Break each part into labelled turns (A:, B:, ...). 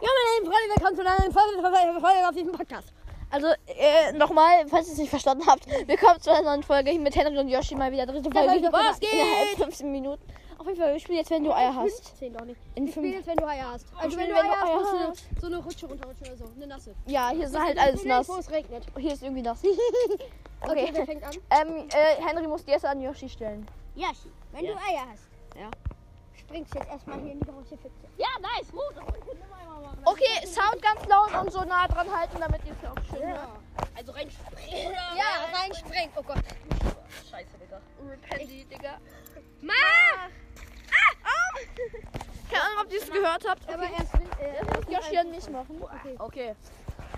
A: willkommen zu einer neuen Folge- Folge Folge auf diesem Podcast.
B: Also, äh, nochmal, falls ihr es nicht verstanden habt, willkommen zu einer neuen Folge hier mit Henry und Yoshi mal wieder. Dritte
A: Henry,
B: Folge.
A: was geht?
B: Innerhalb 15 Minuten. Auf jeden Fall, wir spielen jetzt, wenn du Eier hast.
A: 15 doch nicht.
B: In
A: Ich spiele
B: fünf.
A: jetzt, wenn du Eier hast. Also
B: spiele,
A: wenn du
B: wenn
A: Eier
B: du Eier
A: hast, musst
B: hast.
A: du eine, so eine Rutsche runterrutschen oder so. Eine nasse.
B: Ja, hier ist halt
A: Ich
B: alles
A: bin nicht,
B: nass.
A: Wo es regnet.
B: Hier ist irgendwie nass.
A: Okay, wer
B: Okay.
A: fängt an?
B: Ähm, äh, Henry muss die erste an Yoshi stellen.
C: Yoshi, wenn du Eier hast,
B: Ja.
C: springst jetzt erstmal hier in die große Pfütze.
B: Ja, nice, gut. Okay, Sound ganz laut und so nah dran halten, damit ihr es auch schön hört.
A: Also reinspringen.
C: Ja, reinspringen. Oh Gott.
A: Scheiße, Digga.
B: Rependi, Digga. Ah!
C: Mach!
B: Keine Ahnung, ob ihr es gehört habt.
C: Ah! Aber erst wenn, äh, erst
B: Yoshi dann nicht machen.
C: Okay.
B: Okay.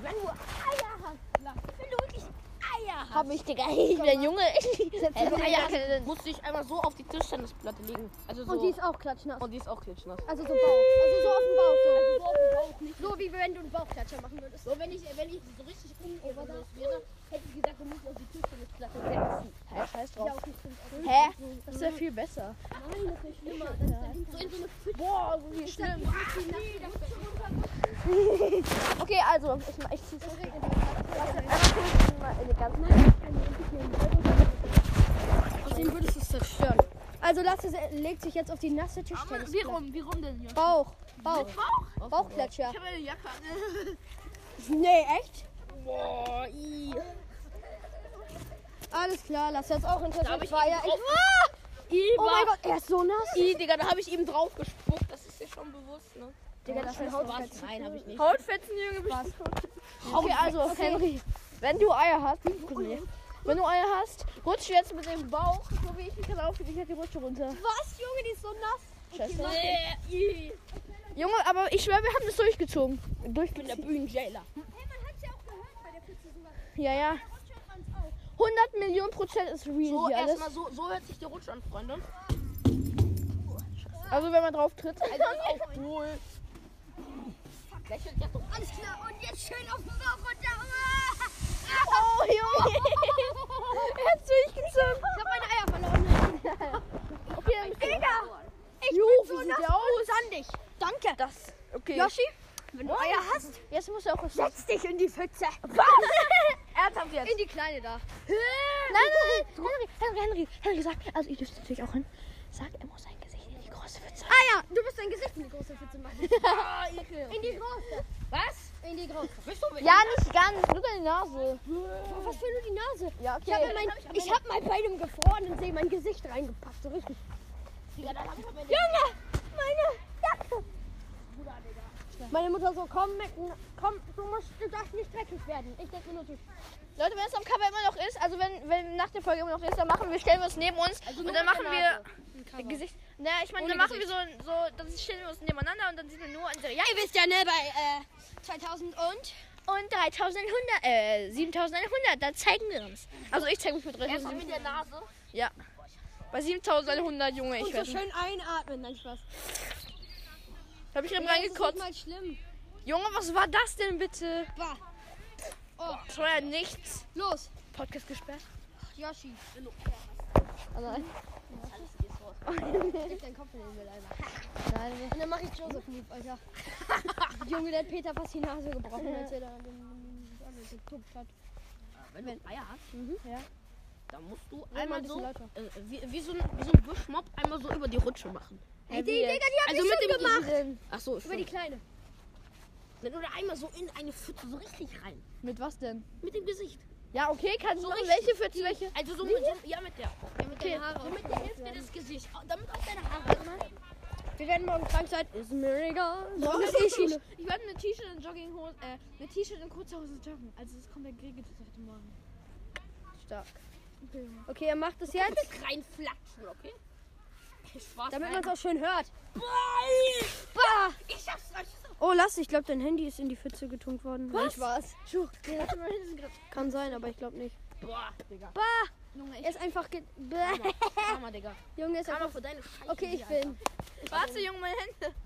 C: wenn du Eier hast. Wenn du wirklich Eier hast.
B: Hab ich, Digga. Ich bin der Junge.
C: Setz dich
B: Eier können
D: musste ich einmal so auf die Tischtennisplatte legen. Also so.
A: Und Oh, die ist auch klatschnass.
D: und die ist auch ne? klitschnass.
A: Also so Bauch. Also so auf dem Bauch. So.
C: so auf den Bauch nicht.
A: So wie wenn du einen Bauchklatscher machen würdest.
C: So, wenn ich, wenn ich so richtig unehrenlos wäre, hätte ich gesagt, du musst auf die Tischtennisplatte setzen.
B: Hä, scheiß drauf.
C: Ja, okay, stimmt.
B: Hä? Das ist ja viel besser.
C: Nein, das ist schlimmer. Das ist der linke. So in so eine Pfütze.
B: Boah, wie schlimm. Okay, also, ich, mach- ich zieh's zurück.
A: Außerdem würdest du es zerstören. Also lass es, legt sich jetzt auf die nasse Tischtennisplatte. Wie rum, wie rum denn? Bauch, Bauch, Bauch? Bauchklatscher. Ich habe eine Jacke Nee, echt? Boah, i. Alles klar, lass jetzt auch hinter sich. Ich war ja echt. Oh mein Gott, er ist so nass.
D: I, Digga, da habe ich eben drauf gespuckt. Das ist dir schon bewusst, ne?
A: Digga, das ist Hautfetzen.
C: Nein, habe ich nicht.
D: Hautfetzen, Junge, bist
B: Okay, also, Henry, wenn du Eier hast, wenn du Eier hast, rutsch jetzt mit dem Bauch, so wie ich mich gerade aufgelegt habe, die Rutsche runter.
C: Was, Junge, die ist so nass.
B: Scheiße.
D: I.
B: Junge, aber ich schwöre, wir haben das durchgezogen. Durch mit der Bühne.
C: Hey, man hat ja auch gehört bei der Pfütze sogar.
B: Ja, ja. 100 Millionen Prozent ist real
D: So,
B: hier alles.
D: erstmal so, so hört sich die Rutsche an, Freunde.
B: Also, wenn man drauf tritt.
D: Cool. Gleich wird ja so.
C: Alles klar, und jetzt schön auf den Bauch runter. Ah!
B: Oh, Junge. er hat's durchgezogen.
C: Ich hab meine Eier verloren.
B: Okay, dann bist du
C: Digga,
B: Jo, wie sieht der aus?
C: sandig. Danke. Das.
B: Okay.
C: Yoshi, wenn du Eier hast,
B: Jetzt muss er auch was
C: setz dich in die Pfütze.
B: Ernsthaft jetzt?
A: In die Kleine da.
B: Nein, nein, nein, Henry, Henry, Henry, Henry, sagt, also ihr dürft natürlich auch hin. Sag, er muss sein Gesicht in die große Witze.
A: Ah ja, du musst dein Gesicht in die große Pfütze machen.
C: In die große.
D: Was?
C: In die große.
D: Bist du
B: Ja, nicht ganz, nur deine Nase.
C: Was für nur die Nase?
B: Ja,
C: Ich habe
B: okay.
C: mein, ich hab mal bei einem gefrorenen See mein Gesicht reingepackt. So richtig.
A: Meine Mutter so, komm mit.
C: Komm, du musst, du darfst nicht dreckig werden. Ich denke mir nur, du
B: Leute, wenn es am Cover immer noch ist, also wenn, wenn nach der Folge immer noch ist, dann machen wir, stellen wir uns neben uns
C: Also
B: und dann machen wir Gesicht. Naja, ich meine, dann machen wir so, ein- so, dann stellen wir uns nebeneinander und dann sieht man nur unsere. Ja, ihr wisst ja, ne,
A: äh,
B: bei 2000 und. Und 3100, äh, 7100, dann zeigen wir uns. Also ich zeige mich mit 3100.
D: mit der Nase?
B: Ja. Bei 7100, Junge, ich
A: Und so
B: weiß nicht.
A: schön einatmen, nein Spaß.
B: Hab ich eben
A: Ja, das ist nicht
B: reingekotzt.
A: mal schlimm.
B: Junge, was war das denn bitte?
A: Bah. Oh,
B: Das war ja nichts.
A: los,
B: Podcast gesperrt.
A: Yoshi.
B: Oh nein.
A: Ich deinen Kopf in den Mülleimer. Und dann mache ich Joseph Move, Alter. Junge, der hat Peter fast die Nase gebrochen,
B: Äh,
A: als er da den Donald getupft hat.
D: Wenn du ein Eier hast,
B: ja.
D: dann musst du
A: mal
D: einmal
A: ein bisschen
D: so,
A: lauter.
D: äh, wie, wie, so ein, wie so ein Buschmob, einmal so über die Rutsche machen.
B: Hey,
A: die Digga, die
D: Also mit dem
A: gemacht.
D: Ach so,
A: Über die Kleine.
D: Wenn du da einmal so in eine Pfütze so richtig rein.
B: Mit was denn?
D: Mit dem Gesicht.
B: Ja, okay, kannst du machen.
D: richtig
B: Welche für welche?
D: Also so mit, so, ja, mit der.
A: Ja, mit den Haaren.
D: Damit hilft dir das Gesicht. Au- Damit auch deine Haare.
A: Wir werden morgen krank sein. Ist mir egal. Morgen
B: Ich
A: ist eh Schule.
B: werde eine T-Shirt und Jogginghose, äh, eine T-Shirt und kurze Hose joggen. Also es kommt der Gegend heute Morgen.
A: Stark. Okay, er macht es jetzt,
D: Reinflatschen, okay? Spaß.
A: damit man
D: nein.
A: es auch schön hört.
D: Boah,
A: Bah!
D: ich hab's euch
A: Oh, lass, ich glaube, dein Handy ist in die Pfütze getunkt worden. Was? Spaß. Schuh. Kann sein, aber ich glaube nicht.
D: Boah, Digga.
A: Bah!
D: Junge, ich
A: Er ist einfach ge... Bäh.
D: Karma, Digga.
A: Junge, er ist
D: Karma
A: einfach...
D: für deine Scheiße.
A: Okay, ich bin.
B: Warte, Junge, meine Hände.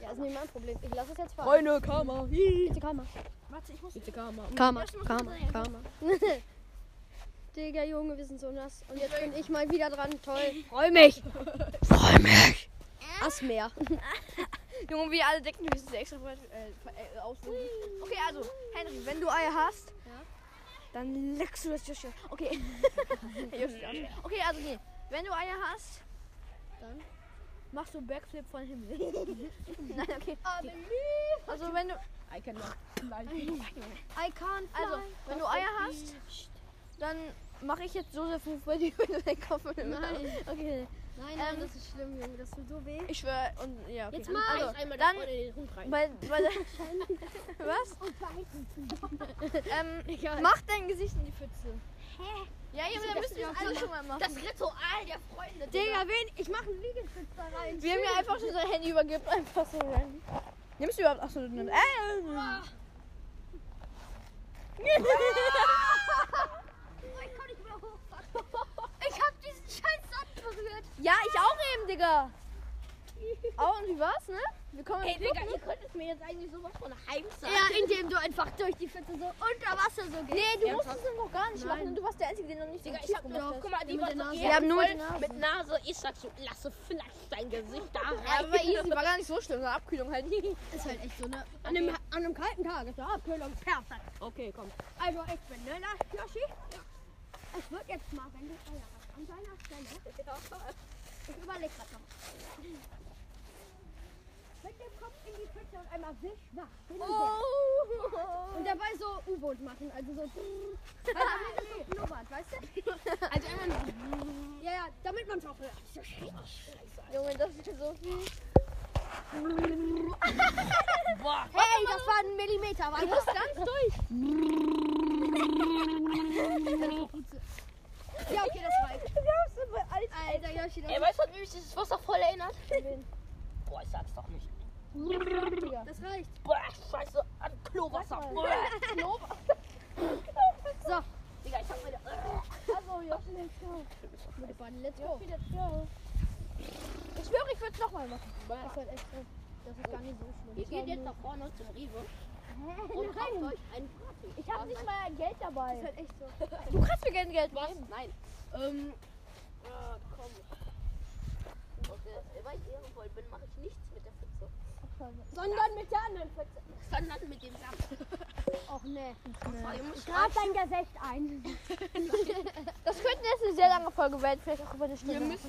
A: Ja, ist nicht mein Problem. Ich lasse es jetzt fahren.
D: Freunde, Karma.
A: Bitte Karma.
D: Warte, ich muss. Bitte Karma.
A: Karma, Karma, Karma. Digga, Junge, wir sind so nass. Und jetzt bin ich mal wieder dran. Toll. Freu mich. Freu mich. Ass mehr.
B: Junge, wir alle denken, wir sind extra ver- äh, ver- äh, auslösen. Okay, also, Henry, wenn du Eier hast, dann leckst du das Joshua. Okay. Joshua. okay, also nee. Wenn du Eier hast,
C: Dann?
B: machst du Backflip von Himmel. Nein, okay. Also wenn du.
D: I cannot.
C: I can't fly.
B: Also, wenn du Eier hast, dann mache ich jetzt Josef Move bei dir, wenn du deinen Kopf in den Mund-
C: Nein.
B: Okay.
C: nein, nein,
B: Ähm.
C: das ist schlimm, Junge. Das tut so weh.
B: Ich schwör und ja, okay.
C: Jetzt mach.
B: Also,
D: Einmal
B: dann
D: dann in den Hund rein.
B: bei, bei der, Was? ähm, mach dein Gesicht in die Pfütze. Hä? Ja, Junge, da müssen wir das alle schon mal machen.
A: Das Ritual der Freunde.
C: Digga, wen? Ich mache einen Liegestütz da rein.
B: wir haben ja einfach schon sein Handy übergibt, einfach so rein. Nimmst du überhaupt? Achso, du nimmst. Äh,
A: ich kann nicht mehr hoch. Ich hab diesen scheiß Sand berührt.
B: ja, ich auch eben, Digga. Auch und wie war's, ne? Wir kommen
D: Ey, Digga, ihr könntet mir jetzt eigentlich sowas von heim sagen.
C: Ja, indem du einfach durch die Pfütze so unter Wasser so gehst.
B: Nee, du musstest es noch gar nicht machen und du warst der Einzige, der noch nicht
D: Digga, ich hab nur, guck mal, die
C: mit
D: war
C: der
D: so
C: Nase.
D: eher
B: Wir haben nur
D: voll
B: mit Nase.
D: mit Nase. Ich sag so, lasse vielleicht dein Gesicht da
B: Ja,
D: rein.
B: aber easy, war gar nicht so schlimm, so eine Abkühlung halt.
C: Ist halt echt so, ne? An, dem, an einem kalten Tag ist der Abkühlung perfekt.
D: Okay, komm.
C: Also, ich bin Nella, Yoshi. Es wird jetzt mal, wenn du Eier hast, an deiner Stelle. Ich überleg grad noch. Mit dem Kopf in die Pfütze und einmal wisch, wach. Und dabei so U-Boot machen, also so. Weil damit es so knubbert, weißt du?
D: Also einmal
C: Ja, ja, damit man es auch hört.
B: Junge, das ist so viel.
D: Boah.
C: Hey, das war ein Millimeter weiter.
B: ganz durch.
C: Ja, okay, das reicht.
B: Wir haben es bei alles.
C: Alter, Yoshi, das,
D: Ey, weißt du, an wie mich dieses Wasser voll erinnert? Boah, ich sag's doch nicht.
C: das reicht.
D: Boah, scheiße, an Klowasser. Boah.
C: So.
D: Digga, ich hab meine...
C: Also, Yoshi, let's go. Gute Bahn, let's go.
B: Ich schwöre, ich würde es nochmal machen.
C: Das ist halt echt so. Das ist gar nicht so schlimm.
D: Ihr geht jetzt nach vorne zum Rewe und kauft
C: Rein.
D: euch einen Braten.
B: Ich habe nicht mal Geld
C: oh Das ist
B: dabei.
C: halt echt so.
B: Du kannst mir gerne Geld
D: Was?
B: machen.
D: Nein. Ähm... Ah, komm. Okay, weil ich ehrenvoll bin, mache ich nichts mit der Pfütze.
C: Sondern mit der anderen Pfütze.
D: Sondern mit dem Saft.
C: Och, nee.
D: Oh, ihr müsst
C: Grab dein Gesicht ein.
B: Das könnte jetzt eine sehr lange Folge werden, vielleicht auch über eine Stunde.
C: Ihr müsst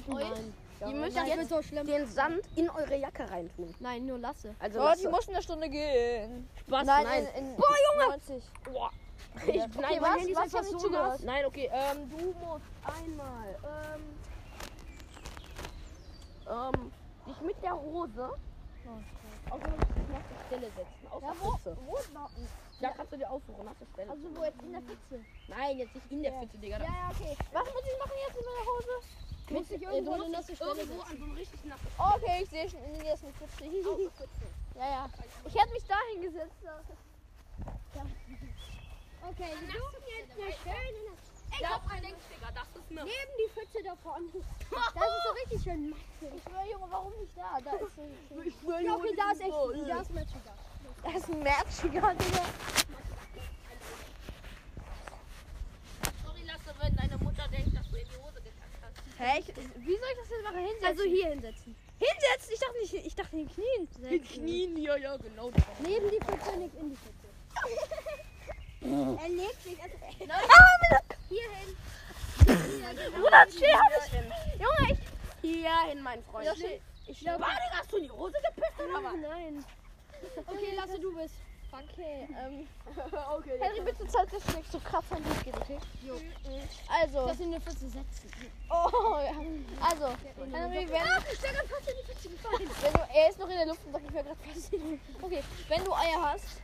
C: das jetzt so schlimm.
D: den Sand in eure Jacke reintun.
C: Nein, nur lasse.
D: Also,
B: Oh, die mussten eine Stunde gehen.
D: was?
B: nein,
D: Nein, nein.
B: In, in Boah, Junge! 90.
D: Boah.
B: Okay,
C: mein
B: was?
C: Handy ist
B: Was? Ich
C: einfach
B: hab nicht
C: so nass.
B: zugehört.
D: Nein, okay, ähm, du musst einmal, ähm, ähm, dich mit der Hose auf eine nasse Stelle setzen. Auf der Pfütze. Da kannst du dir aufsuchen, nasse Stelle.
C: Also, wo jetzt in der Pfütze?
D: Nein, jetzt nicht in der Pfütze, Digga.
C: Ja, ja, okay.
B: Was muss ich machen jetzt mit meiner Hose?
C: Muss ich irgendwo eine nasse Stelle
D: Irgendwo
C: setzen?
D: an so einem richtig nassen
B: Okay, ich sehe schon, nee, jetzt eine Pfütze. Hihi. Ja, ja. Ich hätte mich dahin gesetzt.
C: Okay, wir suchen jetzt eine schöne nasse
D: Ich hab einen Digga, das ist eine...
C: Neben die Pfütze da vorne. Das ist so richtig schön.
B: Ich schwöre, Junge, warum nicht da? Da ist,
C: Ja, okay, da ist echt.
B: äh,
C: Da ist matchiger.
B: da ist ein Matchiger, Digga.
D: Sorry, Lasse, wenn deine Mutter denkt, dass du in die Hose gekackt hast.
B: Hä? Ich, wie soll ich das denn machen? Hinsetzen?
C: Also hier hinsetzen.
B: Hinsetzen? Ich dachte nicht, ich dachte in den Knien.
D: Mit Knien, ja, ja, genau, Digga.
C: Neben die Pfütze, nicht in die Pfütze. er legt sich also hier hin.
B: Bruder, chill, hab ich. Junge, ich.
D: Hierhin, mein Freund.
B: Ja, chill. Ich glaube.
D: Boah, Digga, hast du in die Hose gepisst, oder was?
C: Nein. Okay, Lasse, du bist.
B: Okay, ähm.
D: Okay,
B: Henry, bitte zahlt das nicht so krass an dich geht, okay? Also.
C: Lass ihn in die Pfütze setzen.
B: Oh, ja. Also, Henry, wenn.
C: Ah,
B: Wenn du, er ist noch in der Luft und sagt, ich wäre gerade fast. Okay, wenn du Eier hast,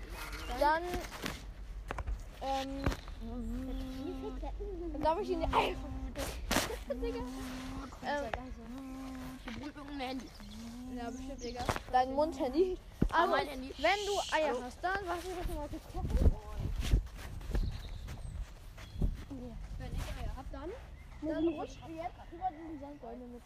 B: dann. Ähm. Dann darf ich ihn. Eier. Digga. Ähm,
C: Ja, bestimmt, Digga.
B: dein Mundhandy.
D: Aber
B: Also,
D: mein Handy.
B: wenn du Eier hast, dann warte ich mal kurz gucken.
C: Wenn ich Eier hab, dann.
B: Dann rutscht ihr jetzt über diesen Sand goldene Mütze.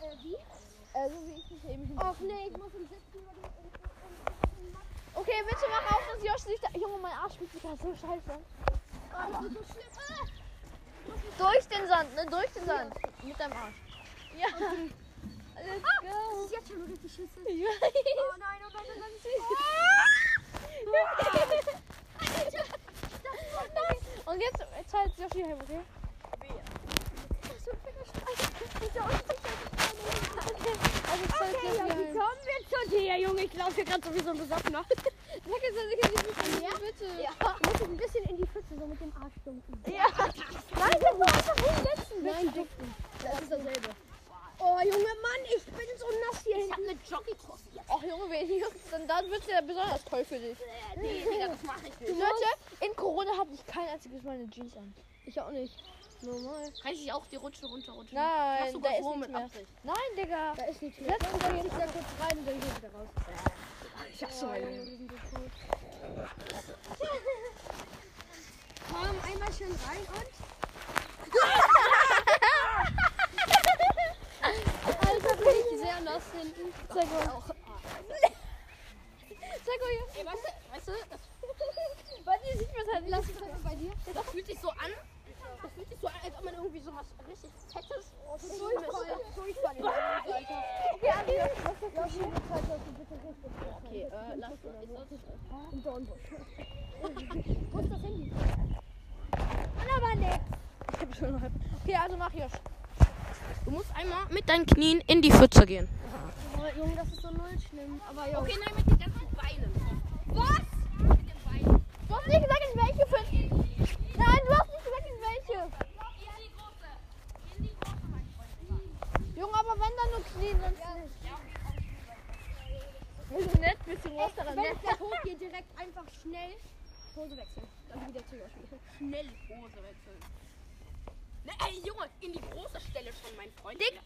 B: Äh, wie? Äh, so wie ich dich eben hin.
C: Och nee, ich muss im Sitzen über die.
B: Okay, bitte mach auf, dass Josh nicht da. Junge, mein Arsch fühlt sich gerade so scheiße. an.
C: Oh, das ist so schlimm. Ah!
B: Durch den Sand, ne? Durch den Sand. Mit deinem Arsch. Ja.
E: Ah,
C: Das ist jetzt schon richtig schüssig. Oh nein, oh nein, oh nein.
E: oh
B: Und jetzt, jetzt halt Yoshi hin, okay?
E: Wie kommen wir
B: Also jetzt halt Yoshi heim.
E: zu dir, Junge? Ich glaube, hier gerade sowieso ein Besoffener.
C: Sag jetzt, dass ich hier nicht mit ja? bitte. Ja. Muss ich ein bisschen in die Pfütze, so mit dem Arsch dumpfen. Ja. Nein, das
D: Das ist dasselbe.
C: Oh, Junge, Mann, ich bin so nass hier
D: Ich
C: hinten.
D: hab eine Jockey-Cross hier.
B: Ach Junge, wenn hier, dann, dann wird es ja besonders toll für dich.
D: Nee, Digga, das mach ich nicht.
B: Leute, in Corona habe ich kein einziges Mal eine Jeans an.
C: Ich auch nicht. Normal.
D: Kann ich dich auch die Rutsche runterrutschen?
B: Nein,
D: Machst du
B: da
D: ganz
B: ist
D: so
B: nichts
D: mit
B: mehr.
D: 80.
B: Nein, Digga.
C: Da ist nichts mehr. Lass uns da kurz rein und dann geht's wieder raus.
E: Ich hasse meine.
C: Komm, einmal schön rein und. Alter, bin ich sehr nass hinten.
B: Zeig mal. Zeig mal hier.
D: Ey, weißt du, weißt du, das,
B: Bei dir sieht man es halt nicht.
C: Lass es einfach bei dir.
D: das fühlt sich so an. Das fühlt sich so an, als ob man irgendwie so was richtig fettes.
C: Lass ihn bezahlt, dass du bitte richtig
D: Okay, äh, lass ist das-
C: Und da unten. Wo ist das Handy? Kann aber nix.
B: Ich hab schon halb. Okay, also mach Josh.
E: Du musst einmal mit deinen Knien in die Pfütze gehen.
C: Oh, Junge, das ist so null schlimm. Aber ja.
D: Okay, nein, mit den ganzen Beinen.
B: Du hast nicht gesagt, in welche für. Nein, du hast nicht gesagt, in welche. Junge, aber wenn dann nur knien, sonst nicht. Bist du nett, bist du Rost daran
C: Wenn
B: nett.
C: es da hoch geht, direkt einfach schnell Hose wechseln. Dann wieder zu Joshua.
D: Schnell Hose wechseln. Ne, ey, Junge, in die große Stelle schon, mein Freund. Digga.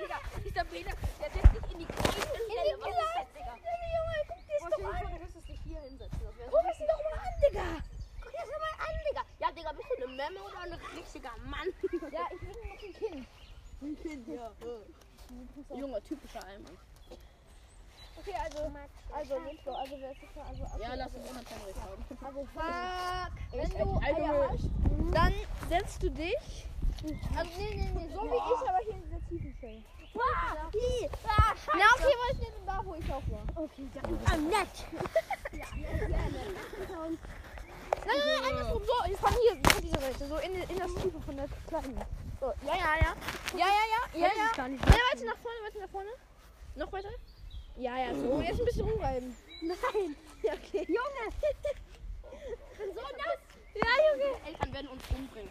D: Digga, dieser Peter, der setzt sich in die große Stelle.
B: die
D: Was ist das, Digga?
B: Junge, guck dir
D: Auf jeden Fall müsstest du dich hier hinsetzen. Das wär so-
B: Guck es dir doch mal an, Digga.
D: Guck dir das mal an, Digga. Ja, Digga, bist du eine Memme oder ein richtiger Mann?
B: Ja, ich bin noch ein Kind.
E: Junge, typischer Allmann.
B: Okay, also, also, nicht so, also, wer ist das also, also,
E: Ja, lass uns immer Henrik haben.
B: also, fuck. Wenn
E: echt
B: du Eier
E: allgemein-
B: hast, dann setzt du dich. Also, Mhm. nee, nee, nee, so wie ich, aber hier in der tiefen Stelle. Ah, Na, okay, aber ich nehme da, wo ich auch war.
C: Okay, ja. Am Netz.
B: Nein, nein, nein, andersrum, so, ich fang hier, von dieser Seite, so in, in das Tiefe von der kleinen. So, ja, ja, ja. Ja, ja, ja, ja, ja.
C: Gar nicht.
B: Ja, weiter nach vorne, weiter nach vorne. Noch weiter. Ja, ja, so. Jetzt ein bisschen rumreiben.
C: Nein.
B: Ja, okay. Junge!
D: So nass.
B: Ja, Junge!
D: Eltern werden uns umbringen.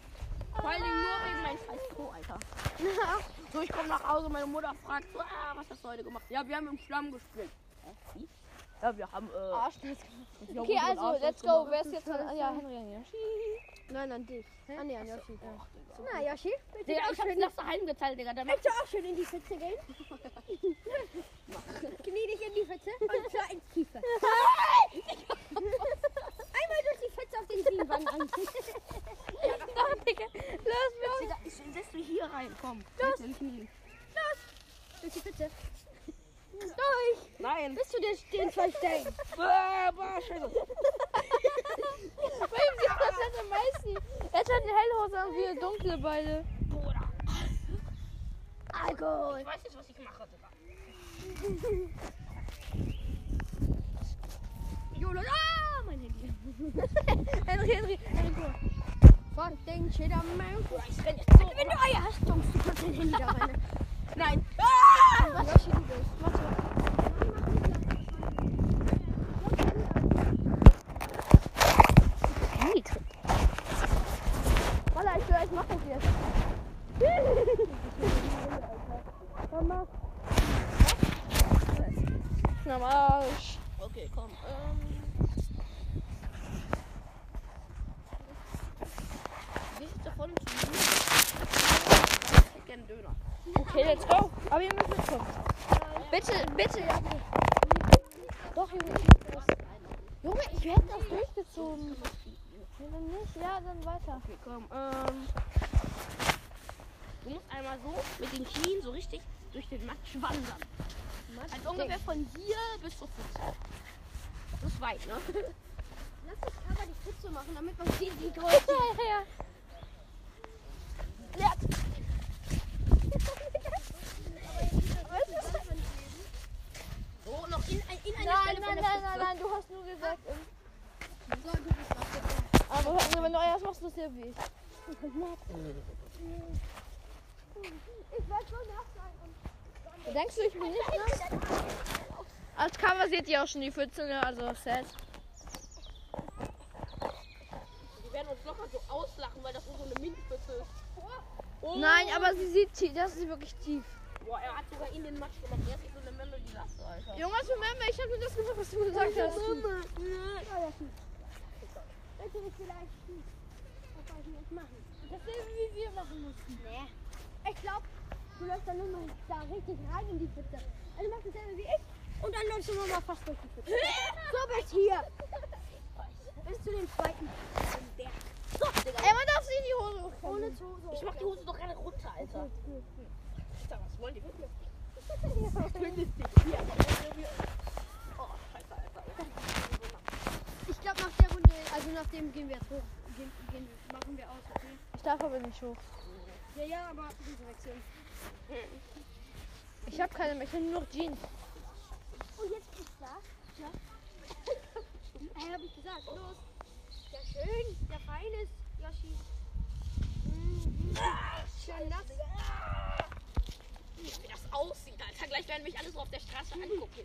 D: Vor allem nur wegen meinem scheiß Co, Alter. So, ich komme nach Hause, meine Mutter fragt so, ah, was hast du heute gemacht? Ja, wir haben im Schlamm gespielt. Äh, wie? Ja, wir haben, äh,
B: Arsch, du
E: Ich glaub,
B: Okay,
E: ich bin
B: also,
E: Arsch,
B: let's
E: ich bin
B: go. Wer ist jetzt dran? Ja, Henry.
C: Nein, an dich. Ah, nee, an Yoshi. Na, Yoshi, bitte
D: Digga,
C: auch
D: ich hab's
C: schön,
D: nach daheim geteilt, Digga. Der
C: bitte auch schön in die Pfütze gehen. Knie dich in die Pfütze und so ins Tiefe. Einmal durch die Pfütze auf den Siebenwagen an.
B: Nein, Digga. Lass mich.
D: Digga, ich setz mich hier rein, komm. Los. Mit den Knien.
C: Durch die Pfütze.
E: Nein.
C: Bist du der den zwei Stellen?
E: Bah, bah, scheiße.
B: Bei ihm sieht man das am meisten. Er hat eine hellhose und wir dunkle beide.
D: Bruder.
C: Alkohol.
D: Ich weiß jetzt, was ich mache, Digga.
C: Jolo, ah, mein Handy.
B: Henry, Henry, Henry, guck mal.
C: Fuck, den shit am Mount.
D: Bruder, ich renn jetzt so.
C: Wenn du Eier hast, dummst du kurz dein Handy da rein.
D: Nein.
C: Was? Yoshi, du bist. Warte.
B: Walla, ich höre, ich mach das jetzt. Mama. Na, am Arsch.
D: Okay, komm. Wir sind da vorne zu Döner. Ich hätte gerne Döner.
B: Okay, let's go. Aber ihr müsst mitkommen. Bitte, bitte, ja. Doch, Junge. ich- das- Junge, ich hätte das durchgezogen. Wenn dann nicht, ja, dann weiter.
D: Okay, komm. Ähm, du musst einmal so mit den Knien so richtig durch den Matsch wandern. Also ungefähr von hier bis zur Fuß. Das ist weit, ne?
C: Lass dich aber die Pfütze machen, damit man sieht, wie groß die
B: Ja,
C: Nein,
B: ähm. Also wenn du eierst, machst du das sehr wie ich. Denkst du, ich bin nicht nass? Als Cover seht ihr auch schon die Pfütze, ne? also sad.
D: Die werden uns locker so auslachen, weil das nur so eine Minzpfütze ist. Oh.
B: Nein, aber sie sieht tief, das ist wirklich tief.
D: Boah, er hat sogar in den Matsch gemacht. Er ist so eine Melodie-Laste, Alter.
B: Jungs, remember, ich habe nur das gesagt, was du gesagt hast.
C: Bitte nicht vielleicht schießen. Das wollte ich nicht machen. Das ist wie wir machen mussten. Nee. Ich glaube, du läufst dann nur mal da richtig rein in die Pfütze. Also machst du dasselbe wie ich und dann läufst du nochmal fast durch die Pfütze. so bis hier. Bis zu dem zweiten.
B: Ey, man darf sich in die Hose hochkommen.
C: Ohne zu so.
D: Ich mach die Hose doch gerade runter, Alter. Alter, was wollen die mit mir? Ich kündige dich hier. aber wenn du mir- Oh, scheiße, Alter.
C: Ich glaube nach der Runde, also nach dem gehen wir jetzt hoch. Gehen, gehen, wir- machen wir aus, okay?
B: Ich darf aber nicht hoch.
C: Ja, ja, aber Reaktion.
B: Ich habe keine mehr, ich habe nur noch Jeans.
C: Und jetzt ist das. Ja. Ey, hab ich gesagt. Los. Ja, schön. Ja, feines. Yoshi. Mhm. Schön nass.
D: Wie das aussieht, Alter. Gleich werden mich alle so auf der Straße angucken.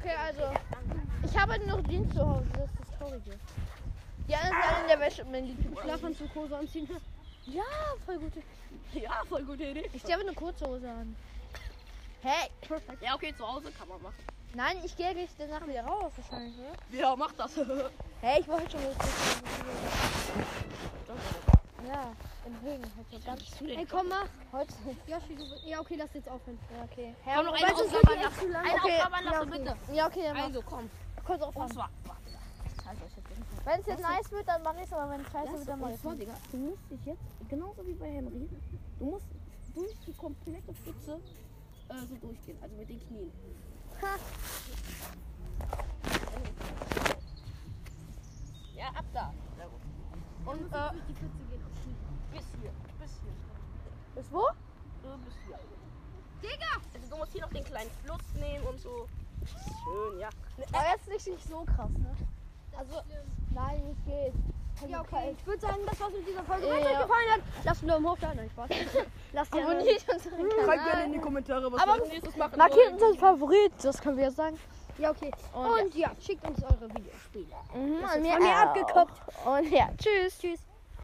B: Okay, also. Ich habe nur noch Jeans zu Hause, das ist das Traurige. Die anderen sind alle in der Wäsche, mein Lieblings.
A: Schlafanzug, Hose anziehen.
B: Ja, voll gute.
D: Ja, voll gute Idee.
B: Ich ziehe aber eine kurze Hose an. Hey,
D: Ja, okay, zu Hause kann man machen.
B: nein, ich gehe gleich danach wieder raus wahrscheinlich, oder?
D: Ja, mach das. Ey,
B: Hey, ich wollte schon mal. Ja, im Regen. Heute ganz
D: komm,
B: heute.
A: Yoshi, du bist- Ja, okay, lass jetzt aufhören.
B: Ja, okay.
D: komm noch eine
A: Weil sonst
D: Aufgabe
A: wird die
D: nach.
A: echt zu lang.
D: Eine
B: Okay,
D: Aufgabe nach, so bitte.
B: Ja, okay, dann mach.
D: Also, komm.
B: kurz aufpassen.
D: Bonsoir.
B: Wenn es jetzt nice wird, dann mache ich es, aber wenn es scheiße wird, dann mache ich
D: Bonsoir, Digga. Du musst dich jetzt, genauso wie bei Henry, du musst durch die komplette Pfütze äh, so durchgehen. Also mit den Knien. Ja, ab da. Und äh, bis hier. Bis hier.
B: Bis wo?
D: Du bist hier. Digga! Also du musst hier noch den kleinen Fluss nehmen und so. Schön, ja.
B: Aber jetzt nicht, nicht so krass, ne? Also, nein, es geht.
A: Ja, okay. Ich würde sagen, das war's mit dieser Folge.
B: Ja.
A: Wenn es euch gefallen hat, lasst einen Daumen hoch da. Nein, Spaß. Lasst ja einen
B: Abonniert unseren Kanal.
D: in die Kommentare, was
B: Aber
D: wir als nächstes machen
B: Markiert uns als Favorit, das können wir jetzt sagen.
A: Ja, okay.
B: Und
A: Und ja, schickt uns eure Videospiele.
B: Mhm,
A: von mir
B: abgekoppt. Und ja, tschüss. Tschüss.